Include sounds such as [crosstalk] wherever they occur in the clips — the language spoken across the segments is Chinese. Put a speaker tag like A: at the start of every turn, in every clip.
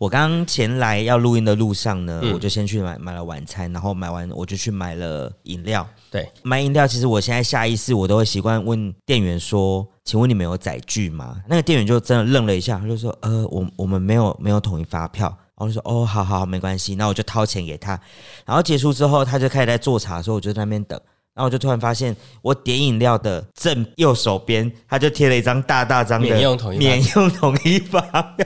A: 我刚前来要录音的路上
B: 嗯
A: 呢，我就先去买买了晚餐，然后买完我就去买了饮料。
B: 对，
A: 买饮料，其实我现在下意识我都会习惯问店员说：“请问你们有载具吗？”那个店员就真的愣了一下，他就说：“呃，我我们没有没有统一发票。”然后我就说：“哦，好好好，没关系。”那我就掏钱给他。然后结束之后，他就开始在做茶的时候，我就在那边等。然后我就突然发现，我点饮料的正右手边，他就贴了一张大大张的
B: 免用统一发票
A: 免用统一发票。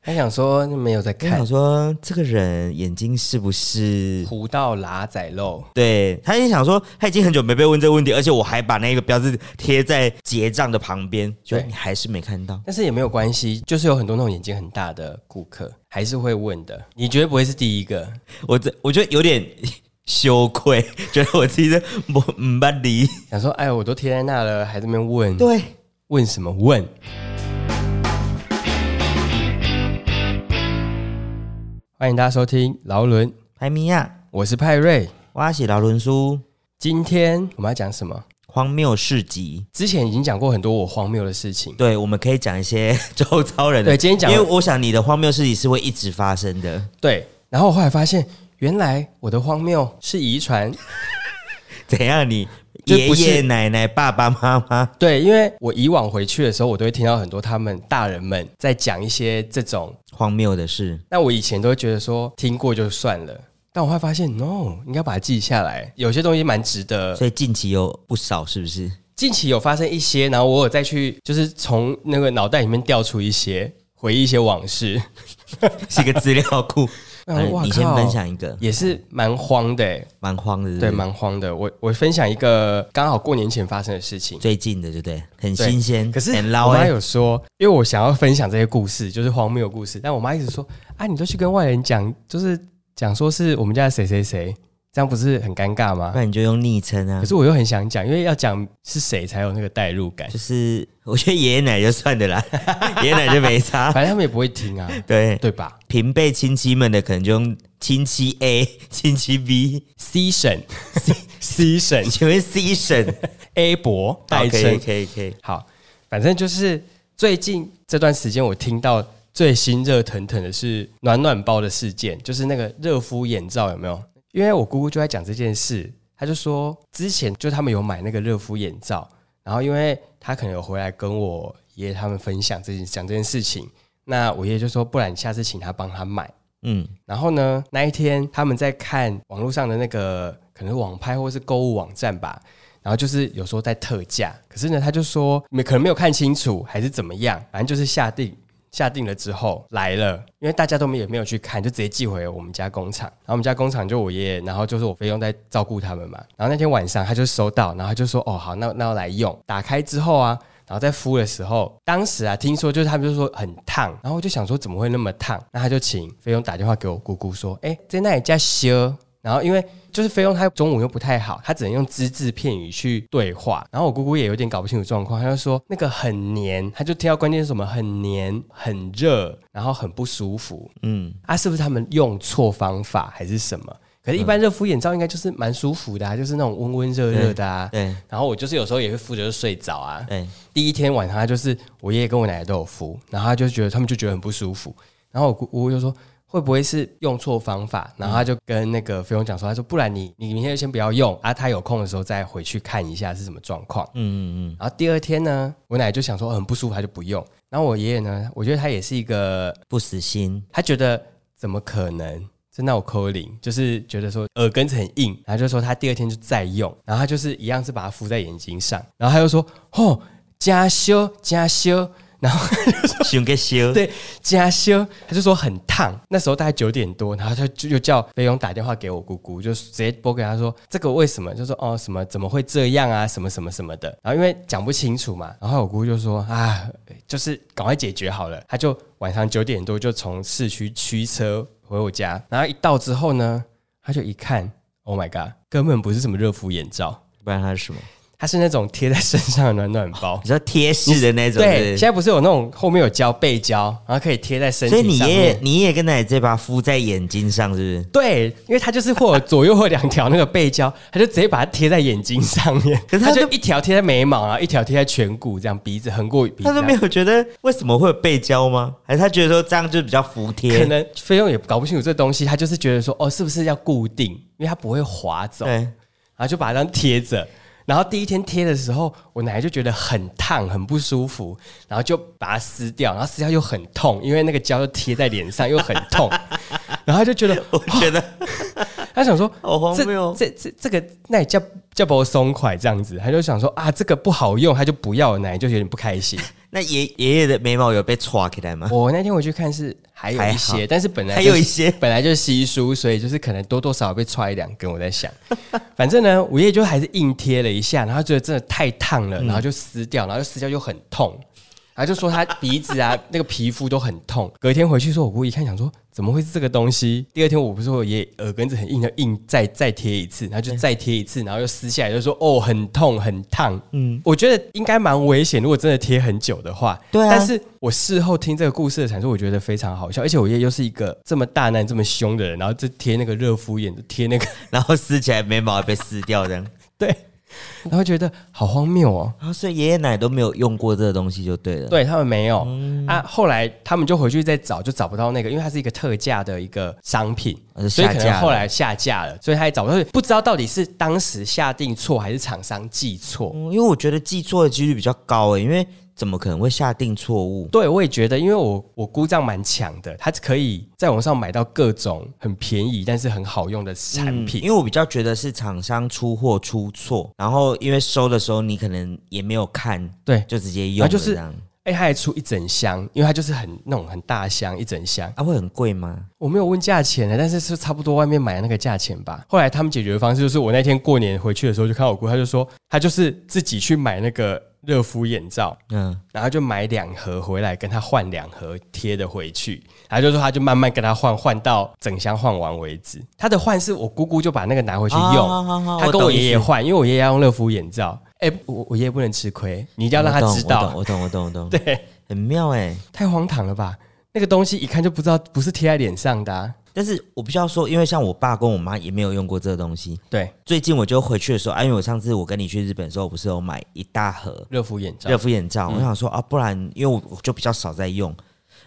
B: 他想说没有在
A: 我想
B: 看
A: 说，这个人眼睛是不是？
B: 胡到拉仔肉，
A: 对，他也想说，他已经很久没被问这个问题，而且我还把那个标志贴在结账的旁边，就
B: 对
A: 你还是没看到。
B: 但是也没有关系，就是有很多那种眼睛很大的顾客还是会问的，你绝对不会是第一个。
A: 我这我觉得有点羞愧， [laughs] 觉得我自己是不不巴理。
B: 想说，哎，我都贴在那了，还在那边问，
A: 对，
B: 问什么问？欢迎大家收听劳伦，
A: 排米亚，
B: 我是派瑞。
A: 挖起劳伦书
B: 今天我们要讲什么？
A: 荒谬事迹。
B: 之前已经讲过很多我荒谬的事情，
A: 对，我们可以讲一些周遭人的。
B: 对今天讲
A: 因为我想你的荒谬事情是会一直发生的。
B: 对。然后我后来发现，原来我的荒谬是遗传，
A: 怎样你？
B: 就
A: 爷
B: 不是
A: 爷奶奶、爸爸妈妈，
B: 对，因为我以往回去的时候，我都会听到很多他们大人们在讲一些这种，
A: 荒谬的事。
B: 那我以前都会觉得说听过就算了，但我会发现，no，应该把它记下来。有些东西蛮值得。
A: 所以近期有不少，是不是？ [laughs]
B: 近期有发生一些，然后我有再去，就是从那个脑袋里面调出一些，回忆一些往
A: [laughs]
B: 事。
A: 是一个资料
B: [laughs]
A: 库。哎
B: 然后呃哇
A: 你先
B: 靠
A: 分享一个，
B: 也是蛮慌的欸、
A: 蛮慌的，
B: 对，
A: 吗？
B: 蛮慌的。我我分享一个刚好过年前发生的事情。
A: 最近的，对不对？很
B: 对
A: 新鲜，
B: 可是
A: 很
B: 我
A: 捞
B: 妈
A: 哎，
B: 欸有说，因为我想要分享这些故事，就是荒谬的故事，但我妈一直说啊，你都去跟外人讲，就是讲说是我们家的谁谁谁，这样不是很尴尬吗
A: 不？然你就用昵称啊
B: 可。是我又很想讲，因为要讲是谁才有那个代入 [laughs] 感，
A: 就是我觉得爷爷奶奶就算的啦， [laughs] 爷爷奶奶就没差。
B: 反正他们也不会听啊，
A: 对，
B: 对吧
A: 平辈亲戚们的可能就用亲戚 A、亲 [laughs] 戚 B， [laughs]
B: ？C 省，C 省
A: 请问 C
B: [laughs]
A: 省
B: A 伯
A: 好
B: 代
A: 可以
B: 称，
A: 可以可以，
B: 好，反正就是最近这段时间，我听到最新热腾腾的是暖暖包的事件，就是那个热敷眼罩有没有？因为我姑姑就在讲这件事，她就说之前就他们有买那个热敷眼罩，然后因为她可能有回来跟我爷爷他们分享这件讲这件事情，那我爷爷就说，不然你下次请他帮他买。
A: 嗯，
B: 然后呢，那一天他们在看网络上的那个可能是网拍或是购物网站吧，然后就是有时候在特价，可是呢，他就说没可能没有看清楚还是怎么样，反正就是下定。下定了之后来了，因为大家都没也没有去看，就直接寄回我们家工厂。然后我们家工厂就我爷爷，然后就是我费用在照顾他们嘛。然后那天晚上他就收到，然后他就说：“哦，好，那那我来用。”打开之后啊，然后在敷的时候，当时啊，听说就是他们就说很烫，然后我就想说怎么会那么烫？那他就请菲佣打电话给我姑姑说，哎、在那里加修。然后因为就是菲佣他中午又不太好，他只能用只字片语去对话。然后我姑姑也有点搞不清楚状况，她就说那个很黏，她就听到关键是什么很黏、很热，然后很不舒服。嗯，啊，是不是他们用错方法还是什么？可是，一般热敷眼罩应该就是蛮舒服的、啊，就是那种温温热热的啊。
A: 对
B: 然后我就是有时候也会敷着就睡着啊。
A: 对，
B: 第一天晚上，他就是我爷爷跟我奶奶都有敷，然后他就觉得他们就觉得很不舒服，然后我姑姑就说会不会是用错方法，然后他就跟那个菲佣讲说，他说不然你你明天就先不要用啊，他有空的时候再回去看一下是什么状况。
A: 嗯嗯嗯，
B: 然后第二天呢，我奶奶就想说哦很不舒服，他就不用。然后我爷爷呢，我觉得他也是一个，
A: 不死心，
B: 他觉得怎么可能？真的我扣零，就是觉得说耳根子很硬，然后就说他第二天就再用，然后他就是一样是把它敷在眼睛上，然后他又说哦加修加修，
A: 熊个修，
B: 对加修，他就说很烫。那时候大概九点多，然后他就又叫菲佣打电话给我姑姑，就直接拨给他说这个为什么？就说哦什么怎么会这样啊？什么什么什么的。然后因为讲不清楚嘛，然后我姑姑就说啊，就是赶快解决好了。他就晚上九点多就从市区驱车回我家，然后一到之后呢，他就一看，Oh my god，根本不是什么热敷眼罩。
A: 不然他是什么？
B: 它是那种贴在身上的暖暖包。
A: 你说贴士的那种，
B: 对，
A: 是
B: 现在不是有那种后面有胶背胶，然后可以贴在身
A: 不是
B: 体
A: 所
B: 上
A: 以你
B: 面
A: 也你也跟奶这把敷在眼睛上，是不是？
B: 对，因为它就是会有左右或两条那个背胶，它就直接把它贴在眼睛上面。
A: [laughs] 可是它
B: 它就
A: 都
B: 一条贴在眉毛啊，一条贴在颧骨，这样鼻子横过鼻子这
A: 他
B: 样。
A: 都没有觉得为什么会有背胶吗？还是他觉得说这样就比较服帖？
B: 可能菲佣也搞不清楚这东西，他就是觉得说，哦，是不是要固定？因为它不会滑走，然
A: 对，
B: 后就把它当贴着。然后第一天贴的时候，我奶奶就觉得很烫，很不舒服，然后就把它撕掉，然后撕掉又很痛，因为那个胶又贴在脸上又很
A: [laughs]
B: 痛，然后她就觉得
A: 我觉
B: [laughs]
A: 得
B: 他想说，
A: [laughs] 好荒
B: 这
A: 谬哦
B: 这这这个那也叫叫不松快这样子，他就想说啊，这个不好用，他就不要了，奶奶就有点不开心。
A: 那爷爷爷的眉毛有被戳起来吗？
B: [laughs] 我那天回去看是还有
A: 还
B: 一
A: 好
B: 些，但是本来
A: 还
B: 就
A: 有
B: 是
A: 一些
B: 本来就稀疏，所以就是可能多多少少被踹一两根。我在想， [laughs] 反正呢，午夜就还是硬贴了一下，然后觉得真的太烫
A: 嗯
B: 了，然后就撕掉，然后撕掉又很痛。然后就说他鼻子啊， [laughs] 那个皮肤都很痛。隔天回去说，我姑一看想说，怎么会是这个东西？第二天我不是我也耳根子很硬，要硬再再贴一次，然后就再贴一次，然后又撕下来，就说哦，很痛，很烫。嗯，我觉得应该蛮危险，如果真的贴很久的话。
A: 对啊
B: 但是我事后听这个故事的阐述，我觉得非常好笑，而且我爷又是一个这么大难、这么凶的人，然后就贴那个热敷眼，就贴那个 [laughs]
A: 然后撕起来眉毛也被撕掉这样。
B: 对，然后觉得好荒谬哦。
A: 然后所以爷爷奶奶都没有用过这个东西就对了。
B: 对他们没有、
A: 嗯
B: 啊，后来他们就回去再找，就找不到那个，因为它是一个特价的一个商品，
A: 啊就
B: 所以
A: 下
B: 可
A: 架
B: 能
A: 了
B: 后来下架了，所以他也找不到，所以不知道到底是当时下定错还是厂商记错。
A: 嗯，因为我觉得记错的几率比较高欸诶，因为怎么可能会下定错误？
B: 对，我也觉得，因为我我姑丈蛮强的，他可以在网上买到各种很便宜但是很好用的产
A: 嗯
B: 品。
A: 因为我比较觉得是厂商出货出错，然后因为收的时候你可能也没有看，
B: 对，
A: 就直接用
B: 然
A: 了
B: 后就
A: 这
B: 是
A: 样。
B: 哎、他还出一整箱，因为它就是很那种很大箱一整箱。
A: 啊，会很贵吗？
B: 我没有问价钱的，但是是差不多外面买的那个价钱吧。后来他们解决的方式就是，我那天过年回去的时候就看到我姑，她就说她就是自己去买那个热敷眼罩，
A: 嗯，
B: 然后就买两盒回来跟她换两盒贴的回去。她就说她就慢慢跟她换，换到整箱换完为止。她的换是我姑姑就把那个拿回去用，
A: 用
B: 她跟我爷爷换，因为我爷爷要用热敷眼罩。哎、我我爷爷不能吃亏，你一定要让他知道。
A: 我懂，我懂，我懂，我懂，
B: [laughs] 对，
A: 很妙欸诶。
B: 太荒唐了吧？那个东西一看就不知道不是贴在脸上的、啊。
A: 但是我必须要说，因为像我爸跟我妈也没有用过这个东西。
B: 对，
A: 最近我就回去的时候，啊，因为我上次我跟你去日本的时候，我不是有买一大盒
B: 热敷眼罩嗯
A: 热。敷眼罩，我想说啊，不然因为我我就比较少在用，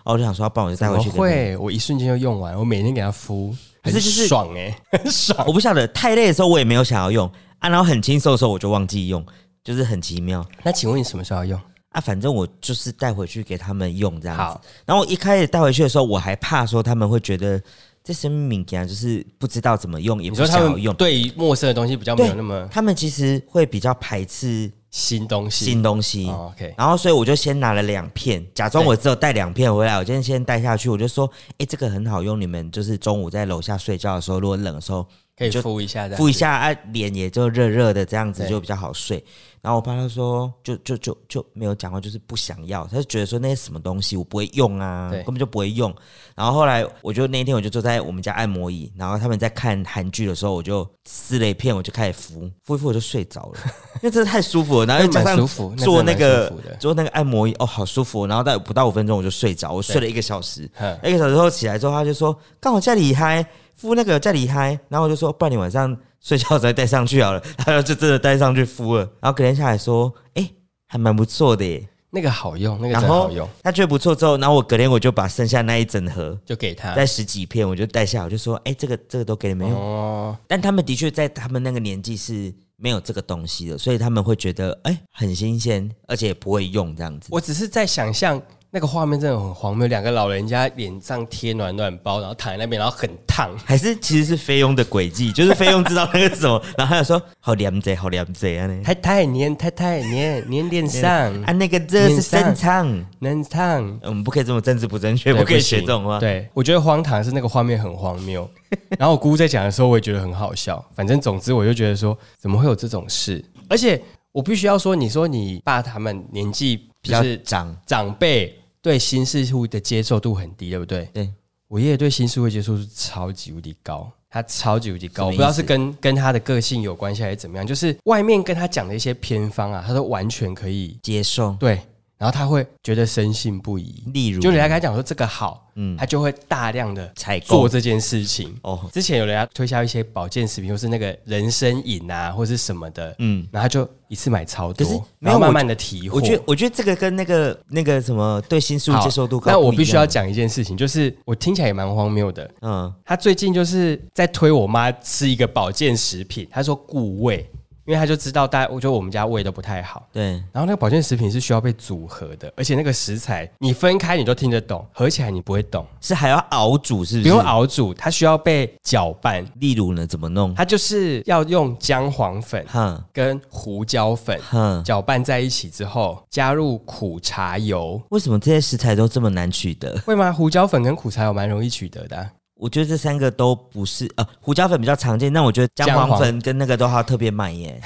A: 啊，我就想说，啊不然我就带
B: 怎
A: 回
B: 么
A: 去给他们。
B: 会？我一瞬间就用完，我每天给它敷，
A: 可
B: 很
A: 是就是
B: 爽哎、很爽。
A: 我不晓得太累的时候我也没有想要用啊，然后很轻松的时候我就忘记用，就是很奇妙
B: 那请问你什么时候要用？
A: 啊。反正我就是带回去给他们用这样子
B: 好。
A: 然后我一开始带回去的时候，我还怕说他们会觉得这什么敏感，就是不知道怎么用，也
B: 你
A: 不
B: 说他
A: 想要
B: 们
A: 用。
B: 对于陌生的东西比较没有
A: 对
B: 那么
A: 他们其实会比较排斥
B: 新东西。
A: 新东西。
B: 哦、OK，
A: 然后，所以我就先拿了两片，假装
B: 对
A: 我只有带两片回来，我今天先带下去。我就说，哎、这个很好用，你们就是中午在楼下睡觉的时候，如果冷的时候
B: 可以
A: 就
B: 敷一下的。
A: 敷一下，啊，脸也就热热的，这样子
B: 对
A: 就比较好睡。然后我爸他说，就就就就没有讲话，就是不想要，他就觉得说那些什么东西我不会用啊，
B: 对
A: 根本就不会用。然后后来我就那一天我就坐在我们家按摩椅，然后他们在看韩剧的时候，我就撕了一片，我就开始敷，敷一敷我就睡着了， [laughs] 因为真的太舒服了，然后又
B: 那
A: 加
B: 蛮
A: 上
B: 舒服，
A: 做那
B: 真的蛮
A: 个
B: 舒服的。
A: 做那个按摩椅，哦，好舒服。然后大概不到五分钟我就睡着，我睡了一个小 [laughs] 时。
B: 嗯，
A: 一个小时后起来之后，他就说：“刚好家里嗨，敷那个家里嗨。”然后我就说：“不然你晚上睡觉再戴上去好了。”他就真的戴上去敷了。然后隔天下来说：“哎、还蛮不错的耶。
B: 那个好用，那个
A: 然
B: 真的
A: 后
B: 好用，”
A: 他觉得不错之后，然后我隔天我就把剩下那一整盒，
B: 就给他。
A: 带十几片，我就带下来，我就说：“哎、这个这个都给你们用。
B: 哦，
A: 但他们的确在他们那个年纪是没有这个东西的，所以他们会觉得哎、很新鲜，而且也不会用这样子。
B: 我只是在想象那个画面真的很荒谬，两个老人家脸上贴暖暖包，然后躺在那边，然后很烫。
A: 还是其实是菲佣的诡计，就是菲佣知道那个什么，然后他就说好凉贼，好凉贼啊
B: [laughs]
A: 呢，
B: 太太黏，太太黏黏脸上，
A: 啊那个这是正常，
B: 能烫。
A: 我们不可以这么政治不正确，
B: 对
A: 不可以
B: 行
A: 学这种话。
B: 对，我觉得荒唐是那个画面很荒
A: [laughs]
B: 谬，然后我姑姑在讲的时候，我也觉得很好笑。反正总之，我就觉得说，怎么会有这种事？而且我必须要说，你说你爸他们年纪
A: 比
B: 就
A: 较
B: 是
A: 长，
B: 长辈对新事物的接受度很低，对不对？
A: 对，
B: 我爷爷对新事物的接受度超级无敌高，他超级无敌
A: 什
B: 高，
A: 么
B: 我
A: 意思
B: 不知道是跟跟他的个性有关系还是怎么样，就是外面跟他讲的一些偏方啊，他都完全可以
A: 接受，
B: 对，然后他会觉得深信不疑，
A: 例如
B: 就人家跟他讲说这个好，
A: 嗯
B: 他就会大量的
A: 采
B: 做
A: 购
B: 这件事情。
A: 哦，
B: 之前有人家推销一些保健食品，或是那个人参饮啊，或是什么的，
A: 嗯，
B: 然后他就一次买超
A: 可是
B: 多，
A: 没有
B: 然后慢慢的提货。
A: 我觉得我觉得这个跟那个那个什么对新事物
B: 好
A: 接受度高，
B: 那我必须要，讲一件事情，就是我听起来也蛮荒谬的。
A: 嗯，
B: 他最近就是在推我妈吃一个保健食品，他说固胃，因为他就知道大家，我觉得我们家胃都不太好。
A: 对，
B: 然后那个保健食品是需要被组合的，而且那个食材你分开你都听得懂，合起来你不会懂，
A: 是还要熬煮是不
B: 不
A: 是？
B: 用熬煮，它需要被搅拌，
A: 例如呢，怎么弄？
B: 它就是要用姜黄粉
A: 哼
B: 跟胡椒粉
A: 哼，
B: 搅拌在一起之后，加入苦茶油，
A: 为什么这些食材都这么难取得？
B: 会吗？胡椒粉跟苦茶油蛮容易取得的啊、
A: 我觉得这三个都不是，呃，胡椒粉比较常见，但我觉得姜
B: 姜
A: 黄
B: 黄
A: 粉跟那个都还要特别买耶。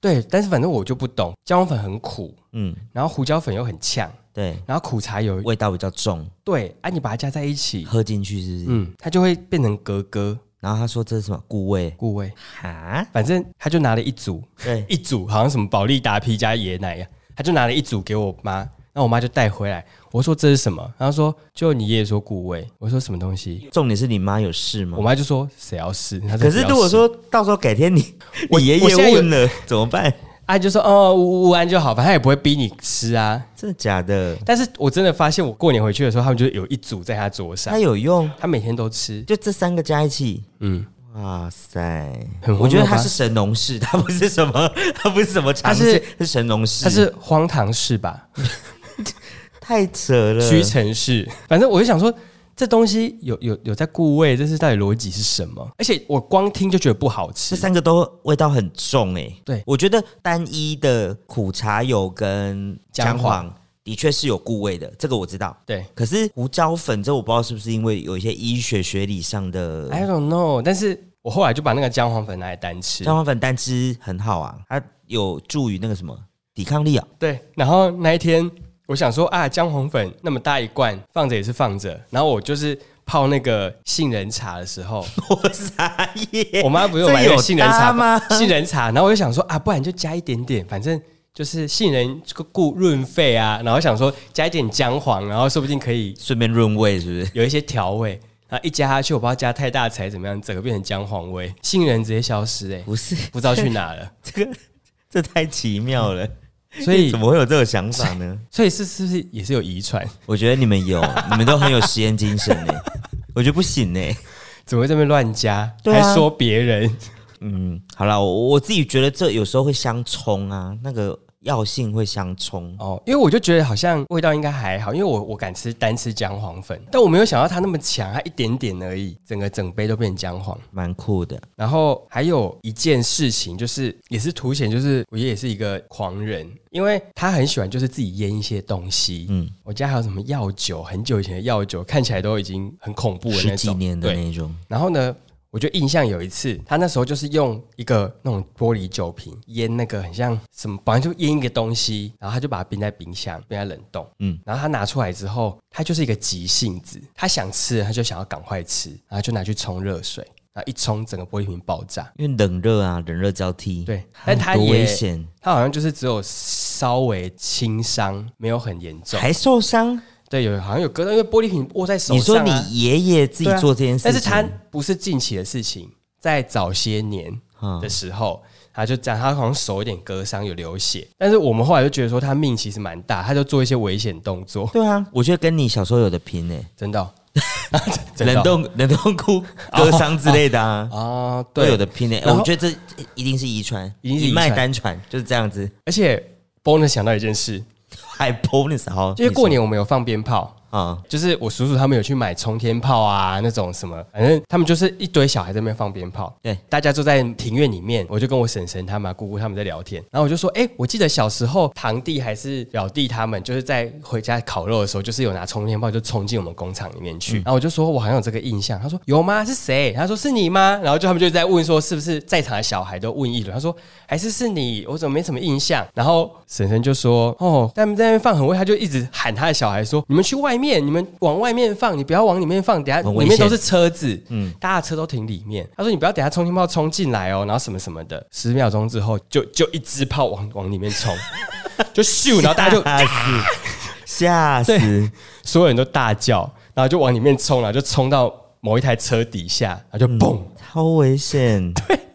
B: 对，但是反正我就不懂，姜黄粉很苦，
A: 嗯，
B: 然后胡椒粉又很呛，
A: 对，
B: 然后苦茶油
A: 味道比较重，
B: 对啊，你把它加在一起，
A: 喝进去是不是？
B: 嗯，它就会变成格格
A: 然后他说这是什么固味？
B: 固味。
A: 哈，
B: 反正他就拿了一组，
A: 对，
B: 一组好像什么保利达 P 加椰奶呀、他就拿了一组给我妈，那我妈就带回来。我说这是什么？然后说就你爷爷说固味，我说什么东西？
A: 重点是你妈有事吗
B: 我？妈就说谁要试？她
A: 可
B: 不
A: 是
B: 要
A: 如果
B: 试
A: 说到时候改天你
B: 我
A: 你爷
B: 我
A: 爷
B: 现在有
A: 问了怎么办？
B: 啊，就说哦，乌乌安就好，反正他也不会逼你吃啊。
A: 真的假的？
B: 但是我真的发现，我过年回去的时候，他们就有一组在他桌上
A: 它，有用？
B: 他每天都吃，
A: 就这三个加一起？
B: 嗯，
A: 哇塞！
B: 很荒谬
A: 我觉得它
B: 吧
A: 是神农氏，它不是什么， [laughs] 它不是什么常识，是神农氏，
B: 他是荒唐式吧？
A: 太扯了。
B: 屈臣氏，反正我就想说，这东西有有有在固位，这是到底逻辑是什么？而且我光听就觉得不好
A: 这
B: 吃。
A: 三个都味道很重哎、
B: 对
A: 我觉得单一的苦茶油跟姜
B: 姜黄
A: 黄的确是有固味的，这个我知道。
B: 对
A: 可是胡椒粉这我不知道是不是因为有一些医学学理上的
B: ，I don't know。但是我后来就把那个姜黄粉拿来单吃，
A: 姜黄粉单吃很好啊，它有助于那个什么抵抗力啊。 [laughs]
B: 对。然后那一天我想说啊，姜黄粉那么大一罐，放着也是放着。然后我就是泡那个杏仁茶的
A: [laughs]
B: 时候，
A: 我傻眼，
B: 我妈不是有买那个杏仁
A: 这有搭
B: 茶
A: 吗
B: [laughs] 杏仁茶，然后我就想说啊，不然就加一点点，反正就是杏仁这个固润肺啊。然后想说加一点姜黄，然后说不定可以
A: 顺便润胃是不是？
B: 有一些调味，然后一加下去，我不知道加太大才怎么样，整个变成姜黄味，杏仁直接消失、欸，哎，
A: 不是，
B: 不知道去哪
A: [laughs]
B: 了。
A: 这个这太奇妙了，
B: 所以
A: 怎，么会有这个想法呢？
B: 所以是是不是也是有遗传？
A: [laughs] 我觉得你们有，你们都很有实验精神呢、 [laughs] 我觉得不行呢、
B: 怎么会这么乱加？
A: 对啊
B: 还说别人？
A: 嗯，好啦，我我自己觉得这有时候会相冲啊，那个药性会相冲。
B: 哦，因为我就觉得好像味道应该还好，因为我我敢吃单吃姜黄粉，但我没有想到它那么强，它一点点而已，整个整杯都变成姜黄。
A: 蛮酷的，
B: 然后还有一件事情，就是也是凸显，就是我爷爷是一个狂人，因为他很喜欢就是自己腌一些东西。
A: 嗯
B: 嗯，我家还有什么药酒，很久以前的药酒，看起来都已经很恐怖的
A: 十
B: 那
A: 几
B: 种。
A: 年的
B: 对，
A: 那种，
B: 然后呢，我就印象有一次，他那时候就是用一个那种玻璃酒瓶腌那个很像什么，反正就腌一个东西，然后他就把它冰在冰箱，冰在冷冻。
A: 嗯
B: 嗯，然后他拿出来之后，他就是一个急性子，他想吃他就想要赶快吃，然后就拿去冲热水。然后一冲，整个玻璃瓶爆炸。
A: 因为冷热啊，冷热交替，
B: 对
A: 很
B: 但它
A: 多
B: 也
A: 危险，
B: 他好像就是只有稍微轻伤，没有很严重。
A: 还受伤。
B: 对，有好像有割到，因为玻璃瓶握在手
A: 你说
B: 上、啊。
A: 你爷爷自己
B: 对啊
A: 做这件事情，
B: 但是他不是近期的事情，在早些年
A: 嗯
B: 的时候，他就讲他好像手有点割伤，有流血。但是我们后来就觉得说他命其实蛮大，他就做一些危险动作，
A: 对啊，我觉得跟你小时候有的拼诶、
B: 真的哦、 [laughs] 真的
A: 冷
B: 哦
A: 冻冷冻
B: [laughs]
A: 库割伤之类的啊，
B: 啊，
A: 都有
B: 对
A: 的拼诶、
B: 然后
A: 我觉得这一定是遗传，
B: 一定是遗传
A: 脉单传，就是这样子。
B: 而且 bonus 想到一件事，
A: 还 bonus 好，
B: 就是过年我们有放鞭炮。
A: 啊，
B: 就是我叔叔他们有去买冲天炮啊，那种什么，反正他们就是一堆小孩在那边放鞭炮。
A: 对，
B: 大家就在庭院里面，我就跟我婶婶他们啊、姑姑他们在聊天，然后我就说，哎、我记得小时候堂弟还是表弟他们，就是在回家烤肉的时候，就是有拿冲天炮就冲进我们工厂里面去。然后我就说，我好像有这个印象。他说有啊吗？是谁？他说是你吗？然后就他们就在问说，是不是在场的小孩都问一轮？他说还是是你，我怎么没什么印象？然后婶婶就说，哦，他们在那边放很威，他就一直喊他的小孩说，你们去外外面，你们往外面放，你不要往里面放，等下
A: 很危
B: 里面都
A: 险
B: 是车子，
A: 嗯
B: 嗯，大家的车都停里面。他说你不要等下冲天炮冲进来哦，然后什么什么的。十秒钟之后，就就一支炮往往里面冲，
A: [laughs]
B: 就咻，然后大家就
A: 吓死，吓死
B: 对！所有人都大叫，然后就往里面冲，然后就冲到某一台车底下，然后就
A: 嗯
B: 嘣，
A: 超危险！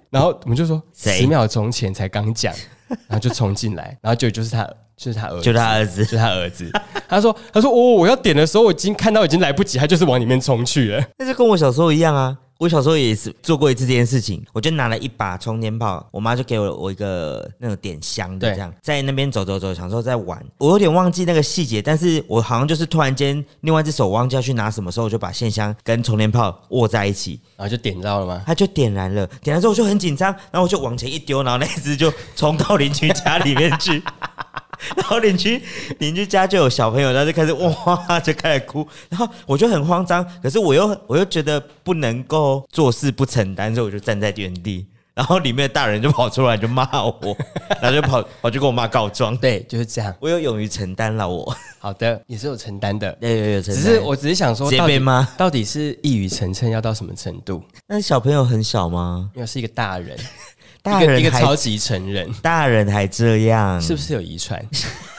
B: 然后我们就说
A: 谁
B: 十秒钟前才刚讲，然后就冲
A: [laughs]
B: 进来，然后就就是他，就是他儿子，
A: 就他儿子
B: 就是他儿子。他说，他说哦，我要点的时候，我已经看到已经来不及，他就是往里面冲去了。
A: 那就跟我小时候一样啊。我小时候也是做过一次这件事情，我就拿了一把冲天炮，我妈就给我我一个那种点香的，
B: 对
A: 这样在那边走走走，想说在玩，我有点忘记那个细节，但是我好像就是突然间另外一只手忘记要去拿什么时候，我就把线香跟冲天炮握在一起，
B: 然后就点到了吗？
A: 它就点燃了，点燃之后我就很紧张，然后我就往前一丢，然后那一只就 [laughs] 冲到邻居家里面去， [laughs] 然后邻居邻居家就有小朋友，他就开始哇就开始哭，然后我就很慌张，可是我又我又觉得不能够做事不承担，所以我就站在原地，然后里面的大人就跑出来就骂我， [laughs] 然后就跑跑去跟我妈告状，
B: 对，哎就是这样。
A: 我有勇于承担了我，
B: 好的，也是有承担的。
A: 有有有承
B: 只
A: 担，
B: 是我只是想说，
A: 直接
B: 到
A: 被
B: 底
A: 骂
B: 到底是一语成谶要到什么程度？
A: 那小朋友很小吗？
B: 因为是一个大人，
A: 大
B: 一个
A: 人
B: 一个
A: 还
B: 超级成人，
A: 大人还这样， [laughs]
B: 是不是有遗传？
A: 嗯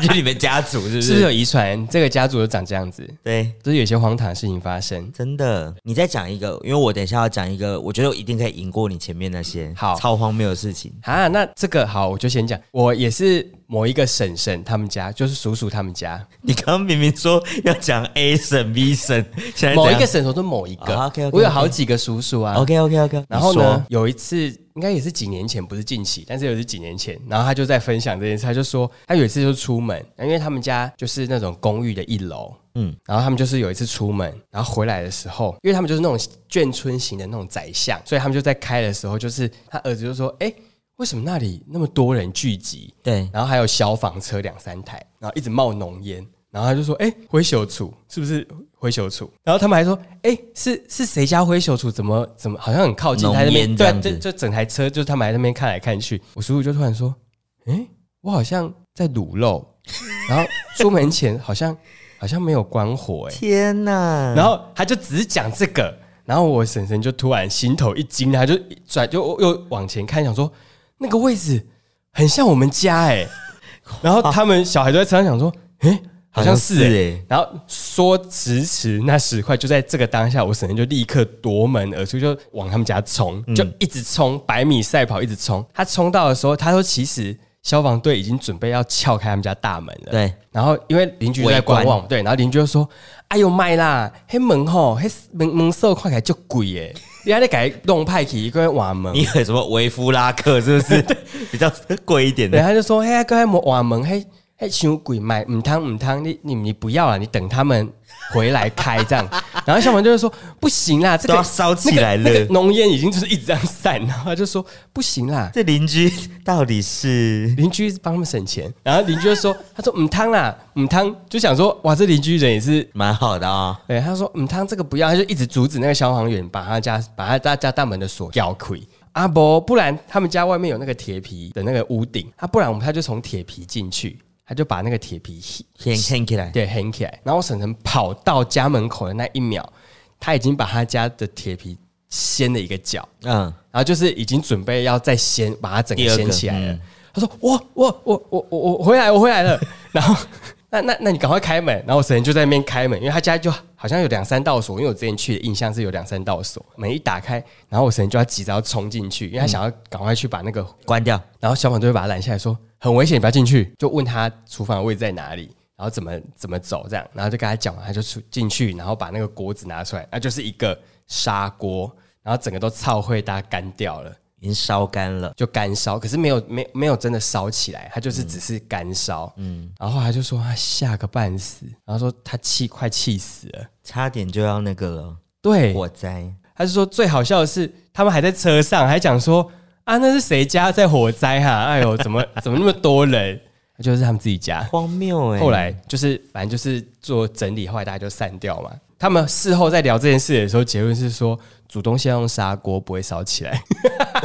A: 就你们家族是不
B: 是不是有遗传？这个家族都长这样子，
A: 对，
B: 就是有些荒唐的事情发生。
A: 真的，你再讲一个，因为我等一下要讲一个，我觉得我一定可以赢过你前面那些
B: 好
A: 超荒谬的事情。
B: 啊，那这个好，我就先讲。我也是某一个婶婶他们家，就是叔叔他们家
A: 你刚刚明明说要讲 A 省 B 省，现在
B: 某一个婶婶，都某一个。
A: 哎啊，OK，OK，OK
B: 我有好几个叔叔啊。
A: OK OK OK，
B: 然后呢，有一次应该也是几年前，不是近期，但是也是几年前，然后他就在分享这件事，他就说他有一次就出门，因为他们家就是那种公寓的一楼，
A: 嗯
B: 嗯，然后他们就是有一次出门，然后回来的时候，因为他们就是那种眷村型的那种宰相，所以他们就在开的时候，就是他儿子就说，哎、为什么那里那么多人聚集？
A: 对，
B: 然后还有消防车两三台，然后一直冒浓烟，然后他就说：“哎、灰朽处是不是灰朽处？”然后他们还说：“哎、是是谁家灰朽处？怎么怎么好像很靠近
A: 浓
B: 他那边？
A: 烟这
B: 对
A: 样
B: 啊，
A: 子
B: 就就整台车就是他们还在那边看来看去。”我叔叔就突然说：“哎、我好像在卤肉，然后出门前好像好像没有关火、哎。”
A: 天哪！
B: 然后他就只讲这个，然后我婶婶就突然心头一惊，他就一转就又往前看，想说那个位置很像我们家 [laughs] 哎、然后他们小孩都在车上想说，诶，好像是哎、
A: 诶，
B: 然后说时迟那时快，就在这个当下，我婶婶就立刻夺门而出，就往他们家冲，就一直冲，百米赛跑一直冲。他冲到的时候，他说其实消防队已经准备要撬开他们家大门了。
A: 对，
B: 然后因为邻居在观望，对，然后邻居就说：“哎呦卖啦，黑门吼，黑门门色看起来就贵耶，你还得改弄派去一个瓦门。
A: 你有什么维夫拉克是不是
B: [laughs]
A: 比较贵一点”
B: 对，啊
A: 的？
B: 他就说：“嘿，个瓦门嘿。”嘿，太贵，买唔汤唔汤，你你你不要了，你等他们回来开这样。 [laughs] 然后消防就会说不行啦，这
A: 都要
B: 个
A: 烧起来了
B: 那个那个浓烟已经就是一直这样散，然后他就说不行啦，
A: 这邻居到底是
B: 邻居帮他们省钱。然后邻居就说，他说唔汤啦，唔汤，就想说哇，这邻居人也是
A: 蛮好的啊、
B: 对，他说嗯，他这个不要，他就一直阻止那个消防员把他家把他大家大门的锁咬开。啊不，不然他们家外面有那个铁皮的那个屋顶，啊，不然我们他就从铁皮进去，他就把那个铁皮
A: 先看起来
B: 对掀起来。然后婶婶跑到家门口的那一秒，他已经把他家的铁皮掀了一个角，
A: 嗯，
B: 然后就是已经准备要再掀把它整个
A: 第二个嗯
B: 掀起来了。他说：“我我我我我我回来，我回来了。” [laughs] 然后那那那你赶快开门。然后我婶婶就在那边开门，因为他家就好像有两三道锁，因为我之前去的印象是有两三道锁。门一打开，然后我婶婶就要急着要冲进去，因为她想要赶快去把那个
A: 关掉，
B: 然后消防队会把他拦下来说很危险，你不要进去，就问他厨房的位置在哪里，然后怎么怎么走这样，然后就跟他讲完，他就出进去，然后把那个锅子拿出来，那就是一个砂锅，然后整个都炒灰，大家干掉了。
A: 已经烧干了。
B: 就干烧，可是没有没没有真的烧起来，他就是只是干烧。嗯，然后他就说他吓个半死，然后说他气快气死了。
A: 差点就要那个了，
B: 对，
A: 火灾。
B: 他是说最好笑的是，他们还在车上还讲说啊，那是谁家在火灾哈、哎
A: [laughs]
B: 呦，怎么怎么那么多人？就是他们自己家。
A: 荒谬哎、
B: 后来就是反正就是做整理，后来大家就散掉嘛。他们事后在聊这件事的时候，结论是说煮东西要用砂锅，不会烧起来。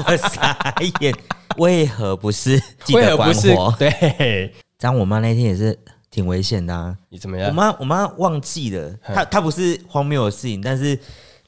A: 我傻 [laughs] 眼，为何不是记
B: 为
A: 得
B: 何
A: 关
B: 不是
A: 火？
B: 对
A: 然后我妈那天也是挺危险的啊。
B: 你怎么
A: 我
B: 样？
A: 妈我妈忘记了，她她不是荒谬的事情，但是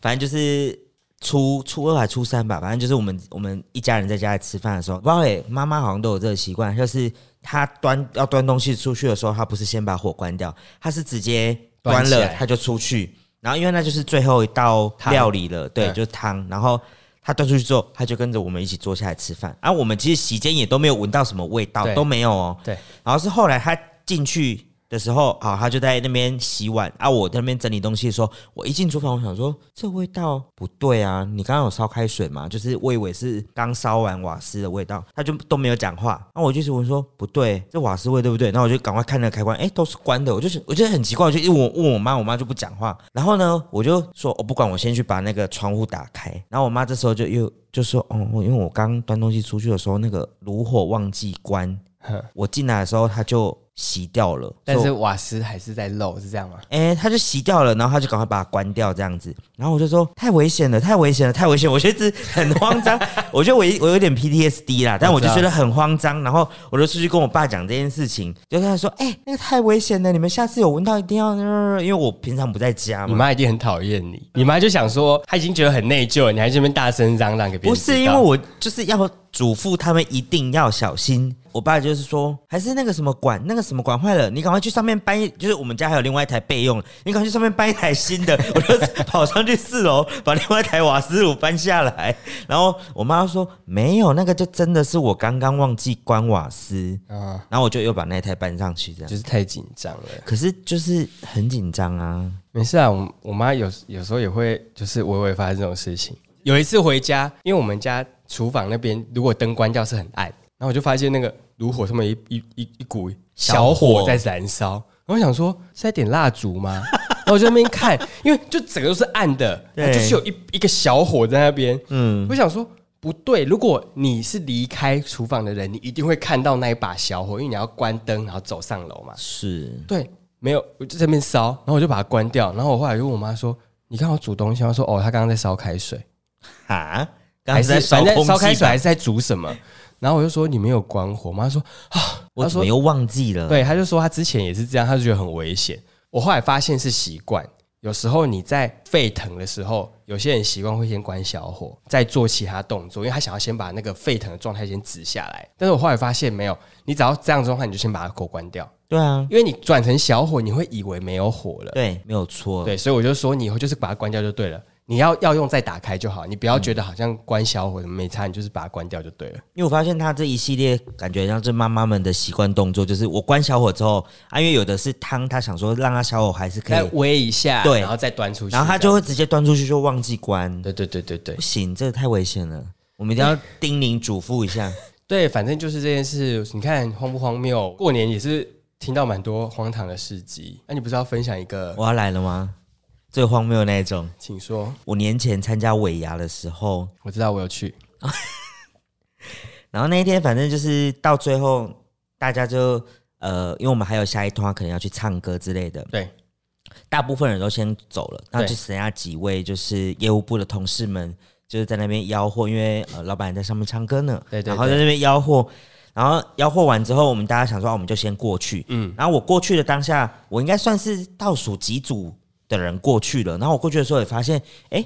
A: 反正就是初初二还初三吧，反正就是我们我们一家人在家里吃饭的时候，不知道诶、妈妈好像都有这个习惯，就是她端要端东西出去的时候，她不是先把火关掉，她是直接
B: 端
A: 端
B: 起
A: 了
B: 来
A: 她就出去，然后因为那就是最后一道
B: 汤
A: 料理了，对，
B: 嗯
A: 就是汤，然后。她端出去之后，她就跟着我们一起坐下来吃饭。啊，我们其实席间也都没有闻到什么味道
B: 对，
A: 都没有哦。
B: 对，
A: 然后是后来他进去的时候，啊，他就在那边洗碗啊，我在那边整理东西的时候，我一进厨房，我想说这味道不对啊，你刚刚有烧开水吗？就是我以为是刚烧完瓦斯的味道，他就都没有讲话，那、我就是闻说不对，啊这瓦斯味对不对？那我就赶快看那个开关，哎，都是关的，我就是我觉得很奇怪，我就一问我问我妈，我妈就不讲话，然后呢，我就说哦我、不管，我先去把那个窗户打开，然后我妈这时候就又。就说哦，因为我刚端东西出去的时候，那个炉火忘记关，我进来的时候它就熄掉了，
B: 但是
A: 所以我
B: 瓦斯还是在漏，是这样吗？
A: 哎、它就熄掉了，然后他就赶快把它关掉这样子，然后我就说太危险了，太危险了，太危险了！我就一直很慌
B: [laughs]
A: 张，我觉得我一我有点 PTSD 啦，但我就觉得很慌张，然后我就出去跟我爸讲这件事情，就跟他说，哎、那个太危险了，你们下次有闻到一定要，呃因为我平常不在家
B: 你
A: 嘛。
B: 妈一定很讨厌你，你妈就想说，她已经觉得很内疚了，你还这边大声嚷嚷给别
A: 不
B: 人知道，
A: 是因为我就是要嘱咐他们一定要小心。我爸就是说，还是那个什么管，那个什么管坏了，你赶快去上面搬一，就是我们家还有另外一台备用，你赶快去上面搬一台新的。 [laughs] 我就跑上去四楼把另外一台瓦斯炉搬下来，然后我妈说没有，那个就真的是我刚刚忘记关瓦斯，
B: 啊，
A: 然后我就又把那一台搬上去这样。
B: 就是太紧张了。
A: 可是就是很紧张啊，
B: 没事啊，我我妈有有时候也会就是微微发生这种事情。有一次回家，因为我们家厨房那边如果灯关掉是很暗，然后我就发现那个炉火上面有一一一一股小火在燃烧，然后我想说是在点蜡烛吗？ [laughs] 然后我就在那边看，因为就整个都是暗的，
A: 对
B: 然后就是有一一个小火在那边。
A: 嗯，
B: 我想说不对，如果你是离开厨房的人，你一定会看到那一把小火，因为你要关灯然后走上楼嘛。
A: 是
B: 对，没有，我就在那边烧，然后我就把它关掉。然后我后来就问我妈说：“你看我煮东西吗？”她说：“哦，她刚刚在烧开水，
A: 啊，刚
B: 还
A: 才在
B: 是
A: 烧
B: 反正
A: 空
B: 烧
A: 气
B: 开水
A: 吧
B: 啊还，是在煮什么？”然后我就说：“你没有关火。”我妈说：“啊，
A: 我
B: 她
A: 怎么
B: 说
A: 又忘记了？
B: 对，她就说她之前也是这样，她就觉得很危险。我后来发现是习惯。”有时候你在沸腾的时候，有些人习惯会先关小火，再做其他动作，因为他想要先把那个沸腾的状态先止下来。但是我后来发现没有，你只要这样子的话，你就先把火关掉，
A: 对啊，
B: 因为你转成小火，你会以为没有火了。
A: 对，没有错，
B: 对，所以我就说你以后就是把它关掉就对了。你要要用再打开就好，你
A: 嗯
B: 不要觉得好像关小火什么没差，你就是把它关掉就对了。
A: 因为我发现他这一系列感觉像是妈妈们的习惯动作，就是我关小火之后，啊，因为有的是汤，他想说让他小火还是可
B: 再
A: 以，
B: 煨一下，
A: 对
B: 然后再端出去这
A: 然
B: 样，
A: 后他就会直接端出去就忘记关，
B: 对对对对对
A: 不行，这个太危险了，我们一定要叮咛嘱咐一 [laughs] 下。
B: 对，反正就是这件事，你看荒不荒谬？过年也是听到蛮多荒唐的事迹。那、你不是要分享一个？
A: 我要来了吗？最荒谬的那一种，
B: 请说，
A: 我年前参加尾牙的时候，
B: 我知道我有去，
A: 然后那一天反正就是到最后，大家就呃，因为我们还有下一通，可能要去唱歌之类的，
B: 对，
A: 大部分人都先走了，那
B: 对
A: 就剩下几位就是业务部的同事们，就是在那边吆喝，因为呃老板在上面唱歌呢，
B: 对对
A: 然后在那边吆喝，然后吆喝完之后，我们大家想说，啊我们就先过去，嗯，然后我过去的当下，我应该算是倒数几组的人过去了，然后我过去的时候也发现，哎，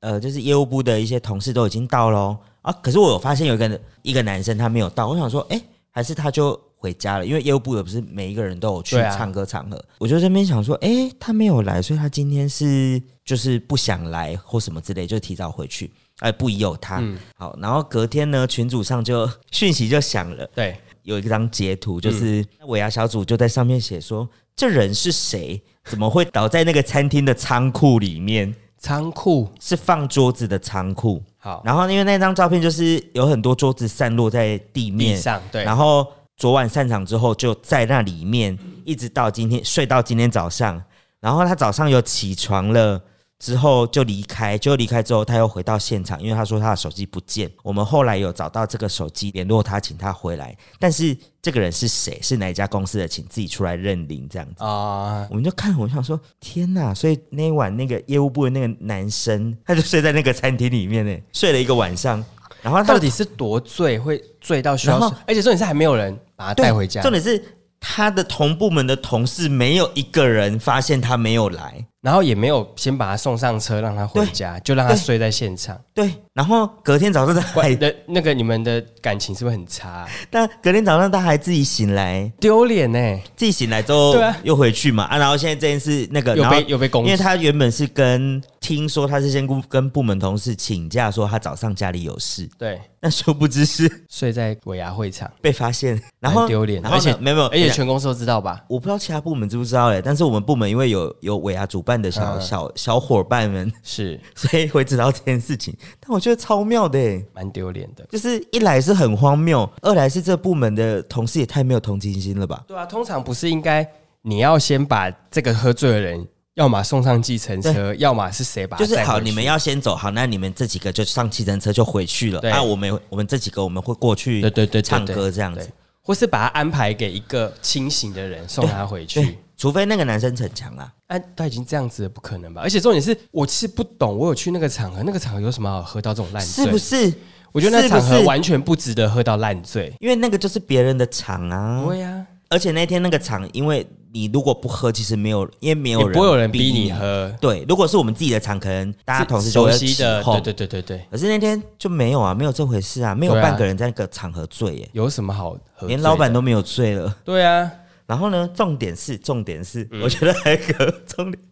A: 呃，就是业务部的一些同事都已经到喽，啊，可是我有发现有一个一个男生他没有到，我想说，哎，还是他就。回家了，因为业务部也不是每一个人都有去
B: 对啊
A: 唱歌场合，我就这边想说，哎、他没有来，所以他今天是就是不想来或什么之类，就提早回去，哎、不宜有他。
B: 嗯
A: 好，然后隔天呢，群组上就讯息就响了，
B: 对，
A: 有一张截图，就是尾牙小组就在上面写说，这人是谁？怎么会倒在那个餐厅的仓库里面？
B: 仓库。
A: 是放桌子的仓库。
B: 好，
A: 然后因为那张照片就是有很多桌子散落在地
B: 地
A: 面，
B: 上对，
A: 然后昨晚散场之后就在那里面，一直到今天睡到今天早上。然后他早上又起床了，之后就离开，就离开之后他又回到现场，因为他说他的手机不见。我们后来有找到这个手机联络他，请他回来。但是这个人是谁，是哪一家公司的，请自己出来认领这样子。
B: 啊、
A: 我们就看，我想说，天呐！所以那一晚那个业务部的那个男生，他就睡在那个餐厅里面呢，睡了一个晚上。然后他
B: 到
A: 的
B: 底是多醉会醉到需要
A: 然后，
B: 而且重点是还没有人把他带回家，
A: 重点是他的同部门的同事没有一个人发现他没有来，
B: 然后也没有先把他送上车让他回家，就让他睡在现场。
A: 对，然后隔天早上他还，
B: 那那个你们的感情是不是很差啊、
A: [laughs] 但隔天早上他还自己醒来，
B: 丢脸欸呢？
A: 自己醒来之后
B: 对啊
A: 又回去嘛啊，然后现在这件事那个，
B: 有
A: 然后
B: 被有被攻
A: 因为
B: 击，
A: 他原本是跟听说他是先跟跟部门同事请假，说他早上家里有事， [laughs]
B: 对，
A: 但殊不知是
B: 睡在尾牙会场，
A: 被发现，然后
B: 很丢脸
A: 然后呢
B: 而且
A: 没有没有，
B: 而且全公司都知道吧？
A: 我不知道其他部门知不知道哎、但是我们部门因为有有尾牙主办的小、
B: 嗯
A: 小小伙伴们，
B: 是
A: [laughs] 所以会知道这件事情。但我觉得超妙的、欸，
B: 蛮丢脸的。
A: 就是一来是很荒谬，二来是这部门的同事也太没有同情心了吧？
B: 对啊，通常不是应该你要先把这个喝醉的人，要么送上计程车，要么是谁把他
A: 就是
B: 载
A: 好，
B: 回去
A: 你们要先走，好，那你们这几个就上计程车就回去了。
B: 对
A: 啊，我们我们这几个我们会过去，
B: 对对对对
A: 唱歌这样
B: 对
A: 子。，
B: 或是把他安排给一个清醒的人送他回去
A: 对。，除非那个男生逞强啦。
B: 哎、他已经这样子了，不可能吧？而且重点是，我其实不懂，我有去那个场合，那个场合有什么好喝到这种烂醉？
A: 是不是？
B: 我觉得那
A: 是不
B: 场
A: 是
B: 合完全不值得喝到烂醉。
A: 因为那个就是别人的场啊，
B: 对呀、
A: 而且那天那个场，因为你如果不喝，其实没有，因为没
B: 也
A: 有
B: 不
A: 人
B: 会有人逼你。喝，
A: 对，如果是我们自己的场，可能大家同事
B: 是
A: 就
B: 熟
A: 会
B: 悉的，
A: 起哄
B: 对对对对对，
A: 可是那天就没有啊，没有这回事啊，没有
B: 对啊
A: 半个人在那个场合醉耶、
B: 有什么好喝？
A: 连老板都没有醉了。
B: 对啊，
A: 然后呢，重点是，重点是，
B: 嗯
A: 我觉得还有一个 [laughs] 重点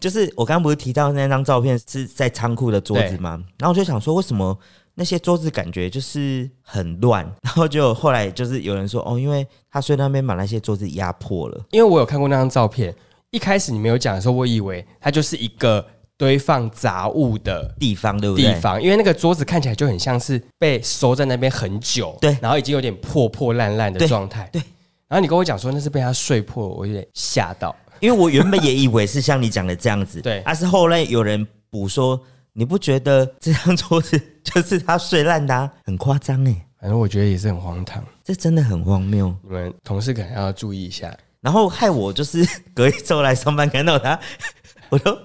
A: 就是，我刚刚不是提到那张照片是在仓库的桌子吗？然后我就想说，为什么那些桌子感觉就是很乱？ [laughs] 然后就后来就是有人说，哦，因为他睡那边把那些桌子压破了。
B: 因为我有看过那张照片，一开始你没有讲的时候，我以为它就是一个堆放杂物的
A: 地方对不
B: 地
A: 对？
B: 方，因为那个桌子看起来就很像是被收在那边很久，
A: 对
B: 然后已经有点破破烂烂的
A: 对
B: 状态，
A: 对。
B: 然后你跟我讲说那是被他睡破，我有点吓到。
A: 因为我原本也以为是像你讲的这样子，
B: [laughs] 对
A: 但是后来有人补说，你不觉得这张桌子 [laughs] 就是他睡烂的、啊，很夸张哎，
B: 反正我觉得也是很荒唐，
A: 这真的很荒谬。
B: 你们同事可能要注意一下，
A: 然后害我就是 [laughs] 隔一周来上班看到他，我都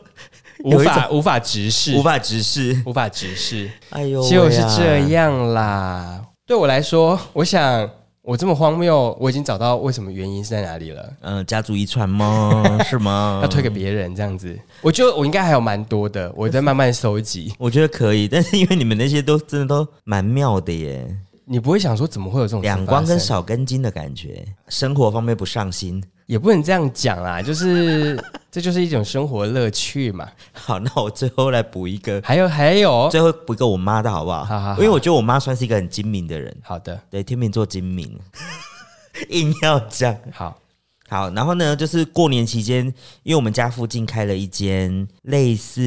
B: 无
A: [laughs] 有一
B: 法无法直视，
A: 无法直
B: [laughs]
A: 视。
B: 无法直视。
A: 哎呦喂啊，
B: 结果是这样啦。对我来说，我想我这么荒谬，我已经找到为什么原因是在哪里了。
A: 嗯、家族遗传吗？是
B: [laughs]
A: 吗？
B: 要推给别人这样子，我觉得我应该还有蛮多的，我在慢慢收集。
A: 我觉得可以，但是因为你们那些都真的都蛮妙的耶，
B: 你不会想说怎么会有这种事
A: 两光
B: 发生
A: 跟少根筋的感觉，生活方面不上心。
B: 也不能这样讲啦，就是
A: [laughs]
B: 这就是一种生活乐趣嘛。
A: 好，那我最后来补一个
B: 还有还有，
A: 最后补一个我妈的好不好？
B: 哦好好好
A: 因为我觉得我妈算是一个很精明的人，
B: 好的
A: 对，天秤座精明， [laughs] 硬要讲。
B: 好，
A: 好，然后呢，就是过年期间，因为我们家附近开了一间类似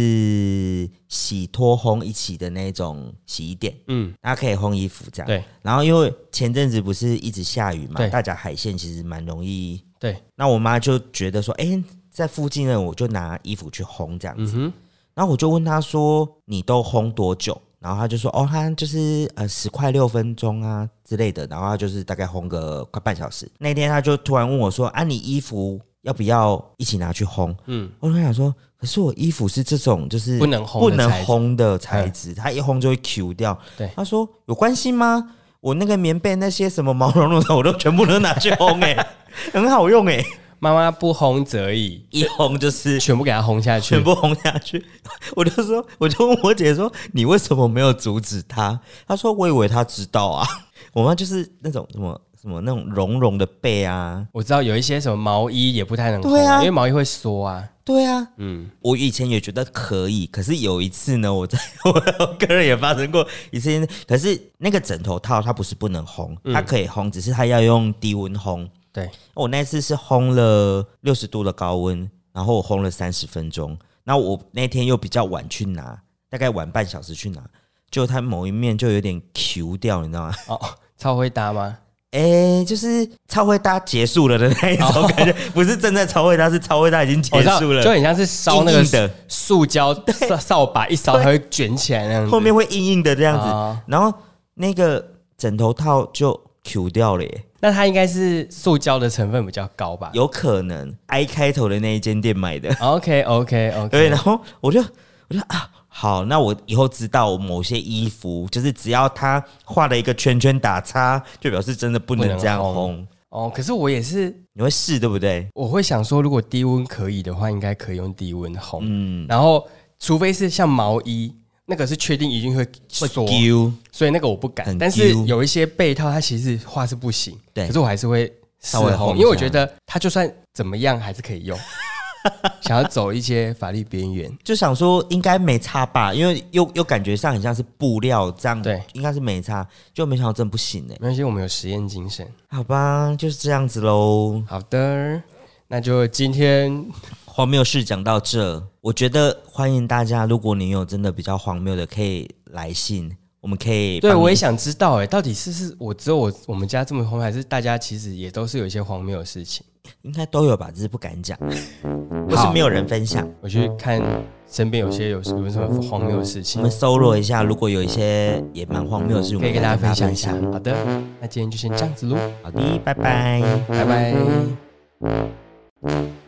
A: 洗脱烘一起的那种洗衣店，
B: 嗯，
A: 大家可以烘衣服这样。
B: 对。
A: 然后因为前阵子不是一直下雨嘛，
B: 对
A: 大家海鲜其实蛮容易。
B: 对，
A: 那我妈就觉得说，哎、在附近呢，我就拿衣服去烘这样子。
B: 嗯哼，
A: 然后我就问他说：“你都烘多久？”然后他就说：“哦，他就是呃十块六分钟啊之类的。”然后他就是大概烘个快半小时。那天他就突然问我说：“啊，你衣服要不要一起拿去烘？”
B: 嗯，
A: 我就想说，可是我衣服是这种就是
B: 不能烘的
A: 不能
B: 材质嗯
A: 烘的材质，它一烘就会 Q 掉。
B: 对
A: 他说有关系吗？我那个棉被那些什么毛茸茸的，我都全部都拿去烘哎、
B: [laughs]
A: 很好用哎、
B: 妈妈不烘则已，
A: 一烘就是
B: 全部给她烘下去
A: 全。部轰下去。 [laughs] 我就说，我就问我姐说，你为什么没有阻止他？她说，我以为他知道啊。 [laughs] 我妈就是那种什么什么那种绒绒的被啊，
B: 我知道有一些什么毛衣也不太能烘、
A: 对啊
B: 因为毛衣会缩啊。
A: 对啊。
B: 嗯，
A: 我以前也觉得可以，可是有一次呢，我在 [laughs] 我个人也发生过一次，可是那个枕头套它不是不能烘，它可以烘，只是它要用低温烘。
B: 对，
A: 我哦那次是烘了六十度的高温，然后我烘了三十分钟。那我那天又比较晚去拿，大概晚半小时去拿，就它某一面就有点 Q 掉，你知道吗？ [laughs]
B: 哦，超会搭吗？
A: 哎、就是超会搭结束了的那一种感觉，不是正在超会搭，是超会搭已经
B: 哦我
A: 结
B: 知道
A: 束了，
B: 就很像是烧那
A: 硬
B: 个
A: 硬的
B: 塑胶扫扫把，一烧它会卷起来那样子。
A: 后面会硬硬的这样子，
B: 哦
A: 然后那个枕头套就 Q 掉了耶。
B: 那它应该是塑胶的成分比较高吧？
A: 有可能 I 开头的那一间店买的，
B: OK OK OK，
A: 对，然后我就我就啊，好，那我以后知道某些衣服，就是只要它画了一个圈圈打叉，就表示真的不
B: 不
A: 能
B: 能
A: 这样
B: 烘
A: 烘。
B: 哦，可是我也是，
A: 你会试对不对？
B: 我会想说，如果低温可以的话，应该可以用低温烘。
A: 嗯，
B: 然后，除非是像毛衣，那个是确定一定会
A: 会
B: 缩，
A: 丢，
B: 所以那个我不敢。
A: 很
B: 但是
A: 丢
B: 有一些被套，它其实话是不行，
A: 对
B: 可是我还是会试
A: 稍微
B: 烘，
A: 烘一
B: 因为我
A: 下
B: 觉得它就算怎么样还是可
A: [laughs]
B: 以用。想要走一些法律边缘，
A: 就想说应该没差吧，因为又又感觉上很像是布料这样，
B: 对，
A: 应该是没差，就没想到真不行哎、
B: 没关系，我们有实验精神。
A: 好吧，就是这样子喽。
B: 好的，那就今天
A: 荒谬事讲到这，我觉得欢迎大家，如果你有真的比较荒谬的，可以来信，我们可以
B: 对
A: 帮你
B: 我也想知道，哎，到底是是我只有我我们家这么荒谬，还是大家其实也都是有一些荒谬的事情？
A: 应该都有吧，只是不敢讲，
B: 嗯
A: 或是没有人分享。
B: 我去看身边有些有有什么荒谬的事
A: 我
B: 情
A: 们，搜罗一下，如果有一些也蛮荒谬的事，我
B: 可以
A: 们
B: 跟大
A: 来
B: 家
A: 跟大
B: 分
A: 家
B: 享一
A: 分
B: 下
A: 享。。
B: 好的，那今天就先这样子喽，
A: 好的，拜拜。
B: 拜拜。